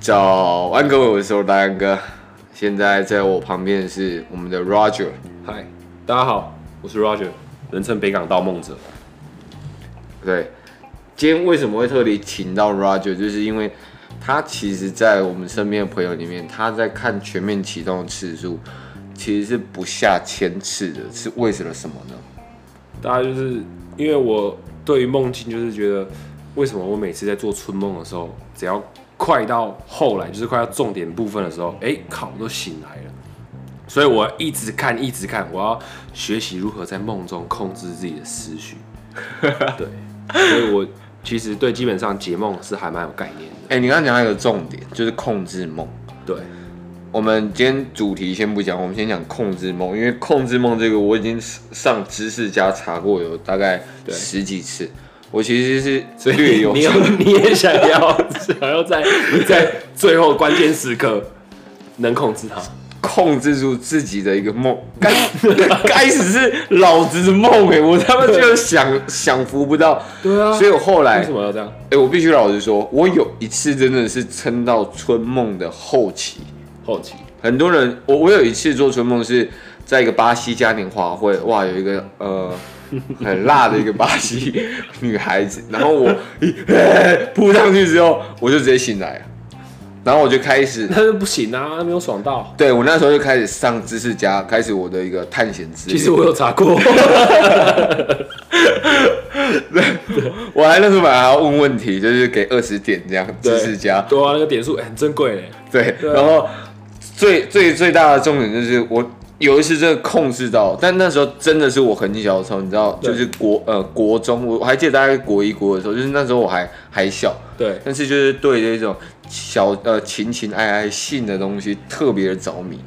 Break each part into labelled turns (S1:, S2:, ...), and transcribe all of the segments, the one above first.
S1: 早安，各位，我是大安哥。现在在我旁边是我们的 Roger。
S2: 嗨，大家好，我是 Roger，人称北港盗梦者。
S1: 对，今天为什么会特地请到 Roger，就是因为他其实，在我们身边的朋友里面，他在看全面启动的次数其实是不下千次的，是为什么什么呢？
S2: 大家就是因为我对于梦境，就是觉得为什么我每次在做春梦的时候，只要快到后来，就是快到重点部分的时候，哎、靠，我都醒来了。所以我一直看，一直看，我要学习如何在梦中控制自己的思绪。对，所以我其实对基本上解梦是还蛮有概念的。
S1: 哎、你刚刚讲到一个重点，就是控制梦。
S2: 对，
S1: 我们今天主题先不讲，我们先讲控制梦，因为控制梦这个我已经上知识家查过有大概
S2: 对
S1: 十几次，我其实是略有
S2: 你有你也想要想要在在最后关键时刻能控制它。
S1: 控制住自己的一个梦，该 开始是老子的梦哎、我他妈就是想想服不到，
S2: 对啊
S1: 所以我后来
S2: 为什么要这样？
S1: 哎、我必须老实说，我有一次真的是撑到春梦的后期，
S2: 后 期
S1: 很多人，我我有一次做春梦是在一个巴西嘉年华会，哇，有一个 呃很辣的一个巴西 女孩子，然后我 一扑上去之后，我就直接醒来了，然后我就开始，
S2: 但是不行啊，他没有爽到。
S1: 对我那时候就开始上知识家，开始我的一个探险之旅。
S2: 其实我有查过，
S1: 我还那时候本来还要问问题，就是给二十点这样知识家，
S2: 对啊，那个点数、哎很珍贵嘞。
S1: 对，
S2: 对啊
S1: 然后最最最大的重点就是我有一次真的控制到，但那时候真的是我很小的时候，你知道，
S2: 对
S1: 就是国呃国中，我我还记得大概国一国二的时候，就是那时候我还还小，
S2: 对，
S1: 但是就是对这种小呃情情爱爱性的东西特别的着迷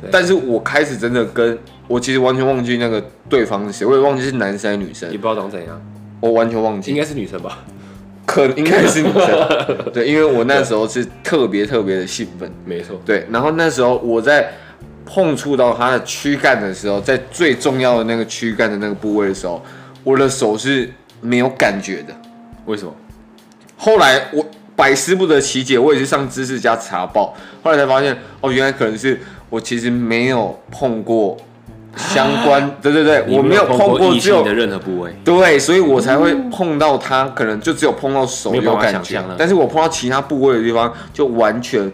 S2: 对。
S1: 但是我开始真的跟我其实完全忘记那个对方是谁，我也忘记是男生还是女生
S2: 也，不知道长怎样，
S1: 我完全忘记
S2: 应。该是女生吧？
S1: 可应该是女 生，对，因为我那时候是特别特别的兴奋，
S2: 没错，
S1: 对，然后那时候我在碰触到他的躯干的时候，在最重要的那个躯干的那个部位的时候，我的手是没有感觉的。
S2: 为什么？
S1: 后来我百思不得其解，我也是上知识家查报，后来才发现，哦，原来可能是我其实没有碰过相关，对对对，我没有碰过，
S2: 异
S1: 只
S2: 性
S1: 有
S2: 的任何部位，
S1: 对，所以我才会碰到它，可能就只有碰到手
S2: 没有
S1: 有
S2: 办法
S1: 感
S2: 想
S1: 觉
S2: 象，了
S1: 但是我碰到其他部位的地方，就完全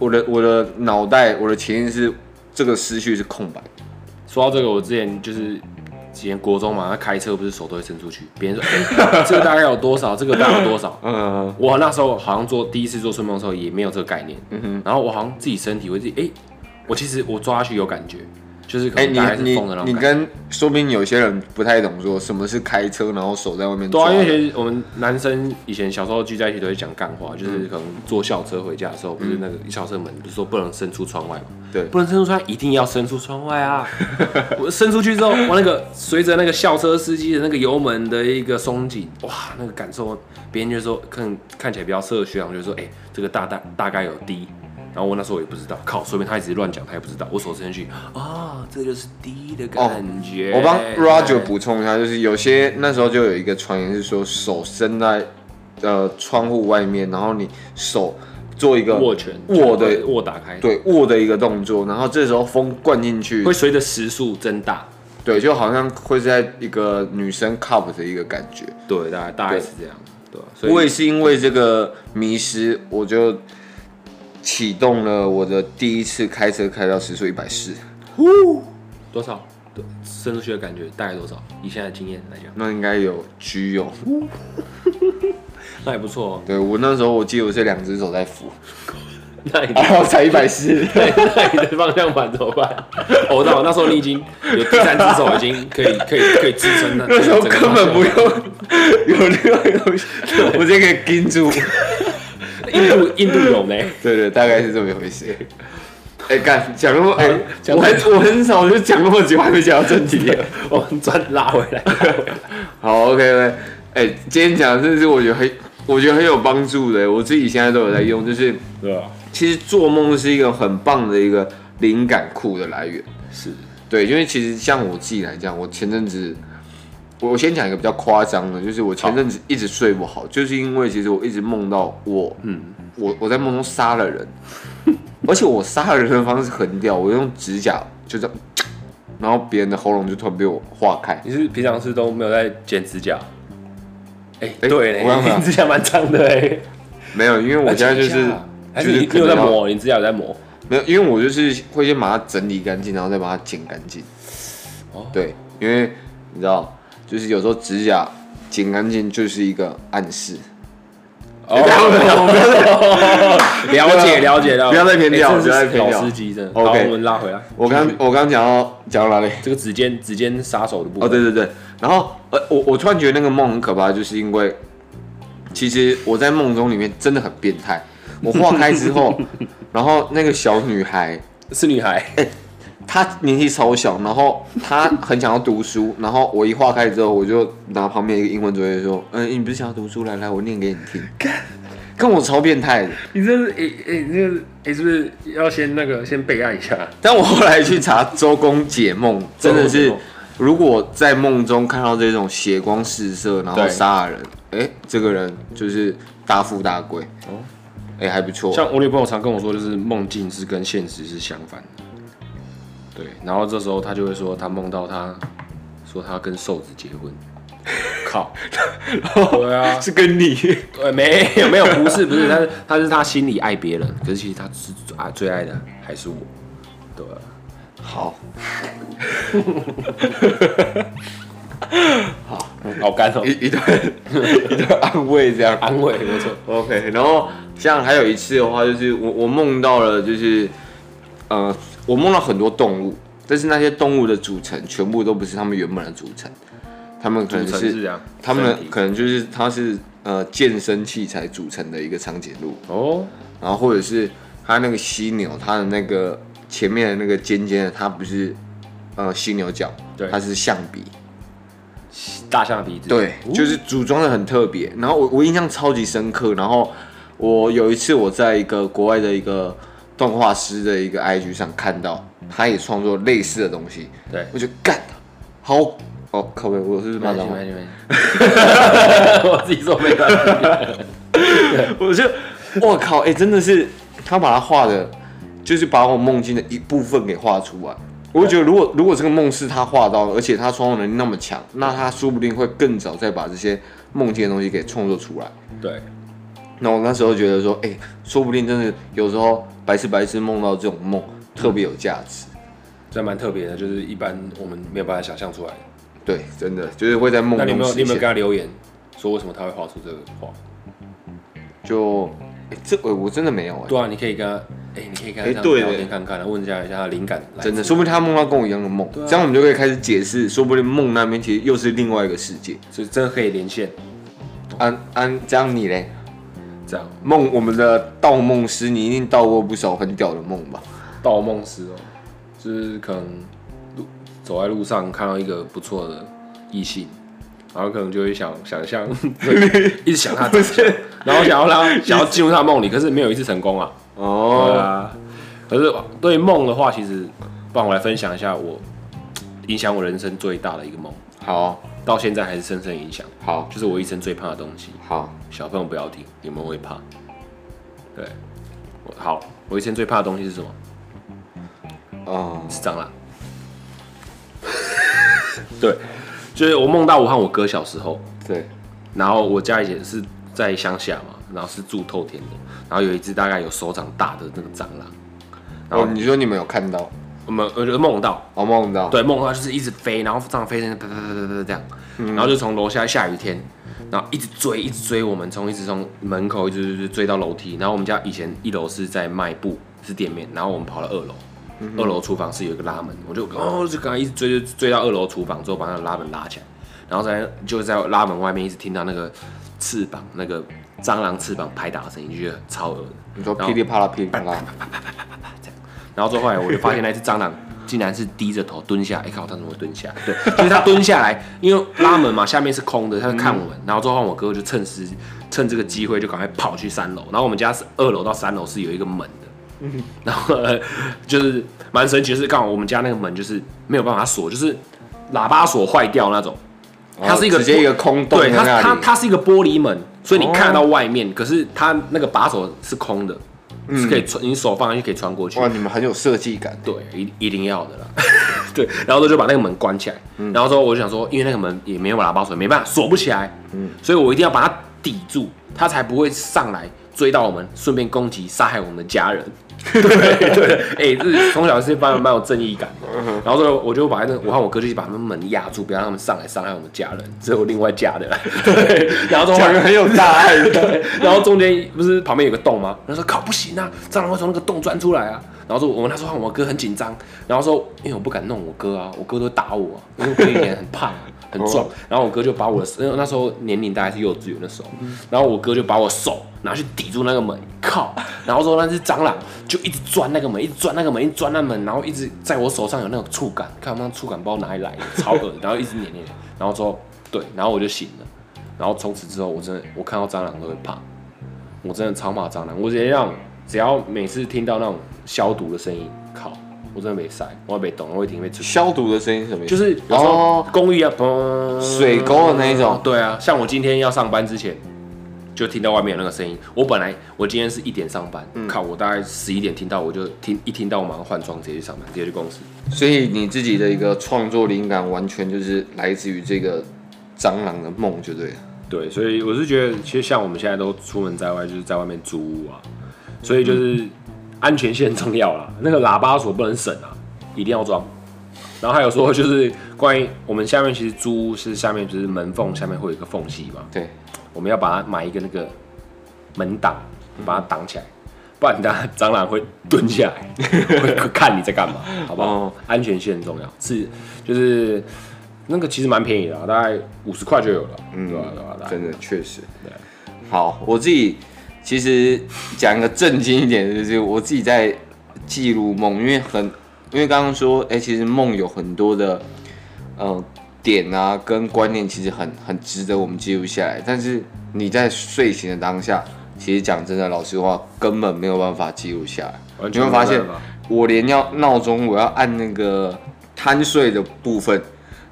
S1: 我的我的脑袋，我的潜意识这个思绪是空白。
S2: 说到这个，我之前就是之前国中嘛，他开车不是手都会伸出去，别人说、哎，这个大概有多少，这个大概有多少，
S1: 嗯，
S2: 我那时候好像做第一次做春梦的时候也没有这个概念，
S1: 嗯
S2: 然后我好像自己身体会自己，哎、我其实我抓下去有感觉，就是可
S1: 哎、
S2: 能大概是
S1: 你
S2: 风的那
S1: 你
S2: 种
S1: 你
S2: 感觉。
S1: 跟说不定有些人不太懂说什么是开车，然后手在外面
S2: 对
S1: 抓
S2: 啊，
S1: 的。
S2: 因为其实我们男生以前小时候聚在一起都会讲干话，
S1: 嗯
S2: 就是可能坐校车回家的时候，不是那个校车门不是说不能伸出窗外嘛？
S1: 对
S2: 不能伸出窗，一定要伸出窗外啊！ 我伸出去之后，我那个随着那个校车司机的那个油门的一个松紧，哇，那个感受，别人就说看看起来比较社学，我就说哎、这个大大大概有 D。然后我那时候也不知道，靠，随便他一直乱讲，他也不知道。我手伸进去，啊、这就是 D 的感觉。
S1: 哦我帮 Roger 补充一下，就是有些那时候就有一个传言是说手伸在呃窗户外面，然后你手做一个
S2: 握拳，
S1: 握的
S2: 握打开，
S1: 对握的一个动作，然后这时候风灌进去
S2: 会随着时速增大。
S1: 对，就好像会在一个女生 cup 的一个感觉。
S2: 对，大概大概是这样，对吧？所
S1: 我
S2: 以
S1: 也是因为这个迷失，我就启动了我的第一次开车，开到时速一百四。
S2: 多少？对，伸出去的感觉大概多少？以现在的经验来讲，
S1: 那应该有 G 有。
S2: 那也不错哦。
S1: 对我那时候我记得我是两只手在扶，
S2: 那你
S1: 然后才一百 四。
S2: 那你的方向盘怎么 办？哦我知道，那时候你已经有第三只手，已经可 以可以可以支撑那
S1: 那时候
S2: 整
S1: 根
S2: 个
S1: 本不
S2: 方
S1: 用 有那个东 西，我直接可以盯住。
S2: 向印度印度有呢，
S1: 对对，大概是这么一回事。哎，干讲那么哎，
S2: 讲
S1: 我很我很少就讲那么久，还没讲到正题。
S2: 我们转拉回来。
S1: 好，OK，哎、今天讲的真的是我觉得很，我觉得很有帮助的，我自己现在都有在用。就是
S2: 对啊吧？
S1: 其实做梦是一个很棒的一个灵感库的来源，
S2: 是，
S1: 对，因为其实像我自己来讲，我前阵子，我我先讲一个比较夸张的，就是我前阵子一直睡不好，就是因为其实我一直梦到我
S2: 嗯，
S1: 我我在梦中杀了人， 而且我杀了人的方式很屌，我用指甲就这样，然后别人的喉咙就突然被我化开。
S2: 你是平常是都没有在剪指甲？哎、
S1: 哎
S2: 对嘞，
S1: 我刚刚
S2: 你指甲蛮长的哎、
S1: 没有，因为我现在就是
S2: 还
S1: 就是
S2: 你
S1: 可
S2: 你有
S1: 能
S2: 在
S1: 要
S2: 磨？你指甲有在磨？
S1: 没有，因为我就是会先把它整理干净，然后再把它剪干净。
S2: 哦
S1: 对，因为你知道，就是有时候指甲剪干净就是一个暗示。
S2: 哦，了解了解了解，
S1: 不要再偏掉
S2: 哎真的是
S1: 不要再偏掉
S2: 老司机真的。
S1: OK
S2: 好，我们拉回来。
S1: 我刚我刚讲到讲到哪里？
S2: 这个指尖指尖杀手的部
S1: 哦，
S2: 分，
S1: 对对对，然后呃，我我突然觉得那个梦很可怕，就是因为其实我在梦中里面真的很变态。我化开之 后，然后那个小女孩，
S2: 是女孩，
S1: 她年纪超小，然后她很想要读书，然后我一化开之后，我就拿旁边一个英文作业说：“嗯，你不是想要读书？来来，我念给你听。”跟我超变态的，
S2: 你这是诶诶，你这诶是不是要先那个先备案一下？
S1: 但我后来去查周公解梦，真的
S2: 周
S1: 是
S2: 公解，
S1: 如果在梦中看到这种血光四射，然后
S2: 对
S1: 杀了人，哎、这个人就是大富大贵
S2: 哦
S1: 哦，哎、还不错。
S2: 像我女朋友常跟我说，就是梦境是跟现实是相反的。对，然后这时候她就会说，她梦到她说她跟瘦子结婚。 靠！对啊，
S1: 是跟你
S2: 对，呃没 有没有，不是不是，她是她是她心里爱别人，可是其实她是啊最爱的还是我。对啊、
S1: 好，
S2: 嗯好干哦，
S1: 一一段 一段安慰这样。
S2: 安慰没错。
S1: OK，然后像还有一次的话，就是我我梦到了，就是呃，我梦到很多动物，但是那些动物的组成全部都不是他们原本的组成，他们可能
S2: 组成
S1: 是
S2: 这样，
S1: 他们
S2: 身体
S1: 可能就是它是呃健身器材组成的一个长颈鹿，
S2: 哦，
S1: 然后或者是它那个犀牛，它的那个前面的那个尖尖的，它不是呃犀牛角，
S2: 对
S1: 它是象鼻，
S2: 大象鼻子，
S1: 对，
S2: 哦
S1: 就是组装的很特别。然后我我印象超级深刻，然后我有一次我在一个国外的一个动画师的一个 IG 上看到，
S2: 嗯
S1: 他也创作类似的东西，
S2: 对。
S1: 我就干，好哦，靠背，我是不是骂脏话？
S2: 没没， 我自己说没办法。
S1: 我就我靠，哎、真的是他把它画的，就是把我梦境的一部分给画出来。我就觉得，如果如果这个梦是他画到的，而且他创作能力那么强，那他说不定会更早再把这些梦境的东西给创作出来。
S2: 对，
S1: 那我那时候觉得说，哎、说不定真的有时候白痴白痴梦到这种梦特别有价值。
S2: 这蛮特别的，就是一般我们没有办法想象出来的。
S1: 对，真的嗯就是会在梦
S2: 那你有
S1: 中
S2: 没有你
S1: 实
S2: 有没有
S1: 现
S2: 跟。他留言说为什么他会画出这个画？
S1: 就、诶这我我真的没有哎、
S2: 对啊，你可以跟他，哎，你可以跟他
S1: 哎
S2: 这样
S1: 对
S2: 聊
S1: 耶
S2: 天看看，问一下一下他灵感来自
S1: 真的，说不定他梦到跟我一样的梦，
S2: 对啊
S1: 这样我们就可以开始解释，说不定梦那边其实又是另外一个世界。
S2: 所以真的可以连线。
S1: 安安，这样你嘞？
S2: 这样，
S1: 梦，我们的盗梦师，你一定盗过不少很屌的梦吧？
S2: 盗梦师哦，就是可能路走在路上看到一个不错的异性，然后可能就会想想象，一直想他长相，然后想要让他想要进入他梦里，可是没有一次成功啊。对
S1: 哦，
S2: 啊，可是对梦的话，其实帮我来分享一下我影响我人生最大的一个梦，
S1: 好，
S2: 到现在还是深深影响，
S1: 好，
S2: 就是我一生最怕的东西。
S1: 好，
S2: 小朋友不要听，你们会怕。对，我好，我一生最怕的东西是什么？
S1: 嗯，
S2: 是蟑螂。 对，就是我梦到我和我哥小时候，
S1: 对，
S2: 然后我家以前是在乡下嘛，然后是住透天的，然后有一只大概有手掌大的那个蟑螂，然
S1: 哦
S2: 后，
S1: 你说你们有看到，
S2: 我们我就梦到，
S1: 哦，梦到，
S2: 对，梦到就是一直飞，然后这样飞，这样啪啪啪啪啪这样，然后就从楼下下雨天，然后一直追，一直追我们，从一直从门口一直一直追到楼梯。然后我们家以前一楼是在卖布，是店面，然后我们跑到二楼，二楼厨房是有一个拉门，我就哦就刚才一直追追追到二楼厨房之后，把那个拉门拉起来，然后在就在拉门外面一直听到那个翅膀那个蟑螂翅膀拍打的声音，就觉得超恶的。
S1: 你说噼
S2: 然后
S1: 里啪啦，噼里啪啦，
S2: 然后之后后来我就发现那只蟑螂竟然是低着头蹲下，哎、看我当时会蹲下，对，就是它蹲下来，因为拉门嘛，下面是空的，它就看我们，然后之后我哥就趁时趁这个机会就赶快跑去三楼，然后我们家是二楼到三楼是有一个门的。然后、呃、就是蛮神奇，就是刚好我们家那个门就是没有办法锁，就是喇叭锁坏掉那种，它是一个
S1: 哦直接一个空洞
S2: 对，
S1: 在
S2: 它
S1: 那
S2: 它
S1: 里，
S2: 它是一个玻璃门，所以你
S1: 哦
S2: 看得到外面，可是它那个把手是空的，是可以
S1: 嗯
S2: 穿，你手放上去可以穿过去
S1: 哇，。你们很有设计感，
S2: 对，一一定要的啦。 对，然后他就把那个门关起来，
S1: 嗯
S2: 然后之后我就想说，因为那个门也没有喇叭锁，没办法锁不起来，嗯，所以我一定要把它抵住，它才不会上来追到我们，顺便攻击杀害我们的家 人。对对，哎、这是从小是蛮蛮有正义感
S1: 嗯
S2: 的。然后之后我就把那个我和我哥就去把他们门压住，不要让他们上来伤害我们家人，这是我另外加的。 对，然后之后
S1: 讲的很有大爱的，
S2: 然后中间不是旁边有个洞吗？他说靠，不行啊，蟑螂会从那个洞钻出来啊。然后说，我那时候我哥很紧张，然后说，因为我不敢弄我哥啊，我哥都打我、啊，因为我哥以前很胖、啊很壮。然后我哥就把我的，因为那时候年龄大概是幼稚园的时候，然后我哥就把我手拿去抵住那个门，靠！然后说那只蟑螂就一直钻那个门，一直钻那个门，一直钻那门，然后一直在我手上有那种触感，看我那触感不知道哪里来的，超恶，然后一直黏黏，然后之后对，然后我就醒了。然后从此之后，我真的我看到蟑螂都会怕，我真的超怕蟑螂。我直接让只要每次听到那种消毒的声音，靠，我真的没塞，我也没懂，我一定会出。
S1: 消毒的声音是什么意思？
S2: 就是有时候
S1: 哦
S2: 公寓要砰
S1: 水沟的那一种
S2: 对啊，像我今天要上班之前，就听到外面有那个声音。我本来我今天是一点上班，
S1: 嗯
S2: 靠，我大概十一点听到，我就听一听到，我马上换装直接去上班，直接去公司。
S1: 所以你自己的一个创作灵感完全就是来自于这个蟑螂的梦，就对了。
S2: 对，所以我是觉得，其实像我们现在都出门在外，就是在外面租屋啊，所以就是安全线重要啦，那个喇叭锁不能省啊，一定要装。然后还有说，就是关于我们下面其实租屋是下面就是门缝下面会有一个缝隙嘛，
S1: 对，
S2: 我们要把它买一个那个门挡，把它挡起来，不然它蟑螂会蹲下来， 会看你在干嘛，好不好？
S1: 哦
S2: 安全性很重要，是就是那个其实蛮便宜的啊、大概五十块就有了，嗯，对吧、对吧、大概
S1: 真的确实
S2: 对。
S1: 好，我自己其实讲个正经一点，的，就是我自己在记录梦，因为很，因为刚刚说，哎、其实梦有很多的，呃，点啊跟观念，其实很很值得我们记录下来。但是你在睡醒的当下，其实讲真的，老实话，根本没有办法记录下来。
S2: 完
S1: 你
S2: 全
S1: 会发现
S2: 没办法，
S1: 我连要闹钟，我要按那个贪睡的部分，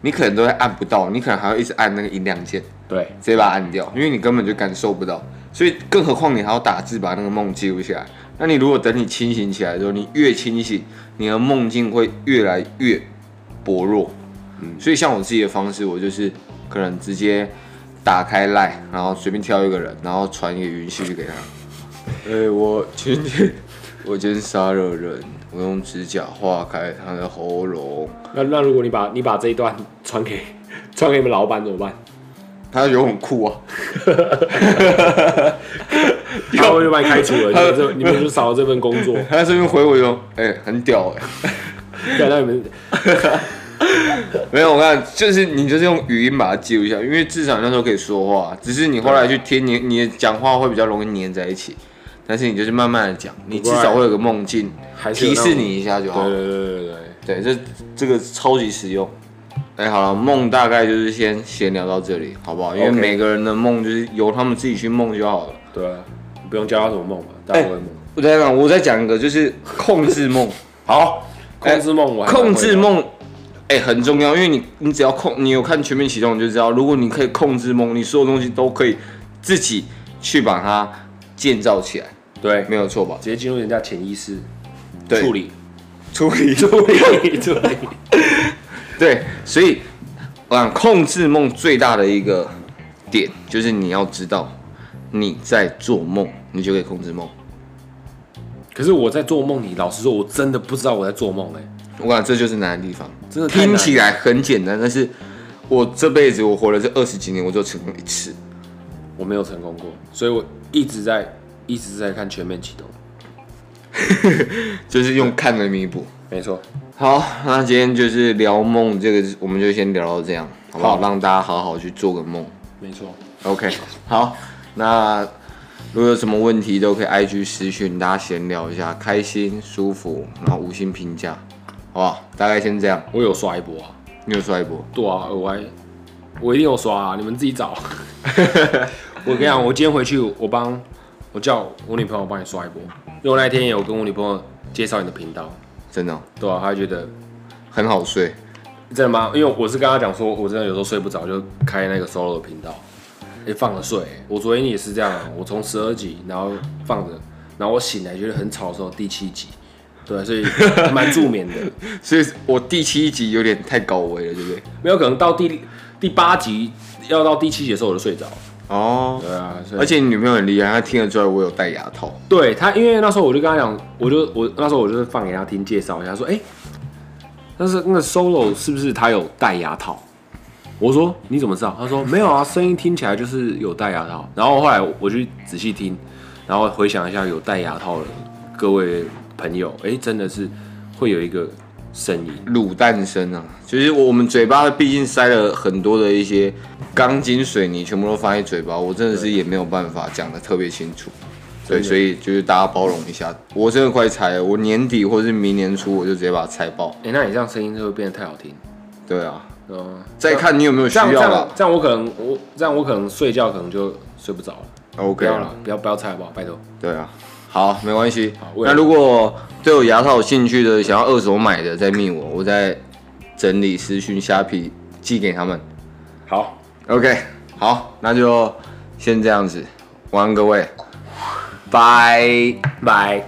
S1: 你可能都会按不到，你可能还要一直按那个音量键。
S2: 对，
S1: 直接把它按掉，因为你根本就感受不到。所以，更何况你还要打字把那个梦记录下来。那你如果等你清醒起来之后，你越清醒，你的梦境会越来越薄弱。嗯，所以像我自己的方式，我就是可能直接打开 Line，然后随便挑一个人，然后传一个语音信息给他。哎、我今天我今天杀了人，我用指甲划开他的喉咙，
S2: 那那如果你把你把这一段传给传给你们老板怎么办？
S1: 他觉得我很酷啊。
S2: 他会不会把你开除了，你们就你们就少了这份工 作，
S1: 他在这边回我一种，哎、很屌哎、
S2: 对，那你们
S1: 没有，我看就是你就是用语音把它记录下来，因为至少那时候可以说话，只是你后来去听你你的讲话会比较容易粘在一起，但是你就是慢慢的讲，你至少会有个梦境
S2: 还是有
S1: 提
S2: 那种
S1: 示你一下就好
S2: 对。对对对对对。
S1: 对，这这个超级实用。哎，好了，梦大概就是先闲聊到这里，好不好？因为
S2: OK
S1: 每个人的梦就是由他们自己去梦就好了。
S2: 对啊，你不用教他什么梦嘛，大家不会梦。
S1: 我再讲，我再讲一个，就是控制梦。
S2: 好，控制梦我还蛮会的
S1: 控制，梦，哎、很重要，因为你你只要控，你有看《全面启动》你就知道，如果你可以控制梦，你所有东西都可以自己去把它建造起来，
S2: 对，
S1: 没有错吧？
S2: 直接进入人家潜意识
S1: 对
S2: 处理
S1: 处理
S2: 处理处理。
S1: 对，所以我想控制梦最大的一个点就是你要知道你在做梦，你就可以控制梦。
S2: 可是我在做梦里，老实说，我真的不知道我在做梦哎，
S1: 我感觉这就是难的地方，
S2: 真的太难
S1: 听起来很简单，但是我这辈子我活了这二十几年，我就成功一次。
S2: 我没有成功过，所以我一直在一直在看全面启动。
S1: 就是用看来弥补。
S2: 没错，
S1: 好，那今天就是聊梦这个，我们就先聊到这样，好不好？
S2: 好
S1: 让大家好好去做个梦。
S2: 没错。
S1: OK，好，那如果有什么问题都可以 IG 私讯，大家闲聊一下，开心舒服，然后五星评价，好不好？大概先这样，
S2: 我有刷一波啊。
S1: 你有刷一波？
S2: 对啊，我还我一定有刷啊，你们自己找。我跟你讲，我今天回去，我帮我叫我女朋友帮你刷一波，因为我那一天也有跟我女朋友介绍你的频道，
S1: 真的哦、
S2: 对啊，她觉得
S1: 很好睡，
S2: 真的吗？因为我是跟他讲说，我真的有时候睡不着，就开那个 solo 的频道，哎、放着睡、我昨天也是这样、啊，我从十二集然后放着，然后我醒来觉得很吵的时候，第七集，对，啊所以蛮助眠的。
S1: 所以我第七集有点太高危了，对不对？
S2: 没有可能到第第八集，要到第七集的时候我就睡着。
S1: 哦，
S2: 对啊，所以
S1: 而且你女朋友很厉害，她听得出来我有戴牙套。
S2: 对他，因为那时候我就跟他讲，我就我那时候我就是放给他听介绍一下，说哎、但是那个 solo 是不是他有戴牙套？我说你怎么知道？他说没有啊，声音听起来就是有戴牙套。然后后来我去仔细听，然后回想一下有戴牙套的各位朋友，哎、真的是会有一个声音，
S1: 卤蛋声啊，就是我们嘴巴毕竟塞了很多的一些钢筋水泥，全部都放在嘴巴，我真的是也没有办法讲的特别清楚。对，
S2: 真的
S1: 所以就是大家包容一下，我真的快拆了，我年底或是明年初我就直接把它拆爆。
S2: 哎、那你这样声音就会变得太好听，
S1: 对啊，
S2: 嗯，
S1: 再看你有没有需
S2: 这样这
S1: 要
S2: 样
S1: 啦。
S2: 这样我可能我这样我可能睡觉可能就睡不着了，不
S1: OK
S2: 要
S1: 啊
S2: 了，不要不要猜好不好？拜托。
S1: 对啊，好，没关系
S2: 好。为了
S1: 那如果对我牙套有兴趣的，想要二手买的，再密我，我再整理私讯虾皮寄给他们。
S2: 好，
S1: OK，好，那就先这样子，晚安各位，拜。
S2: 拜。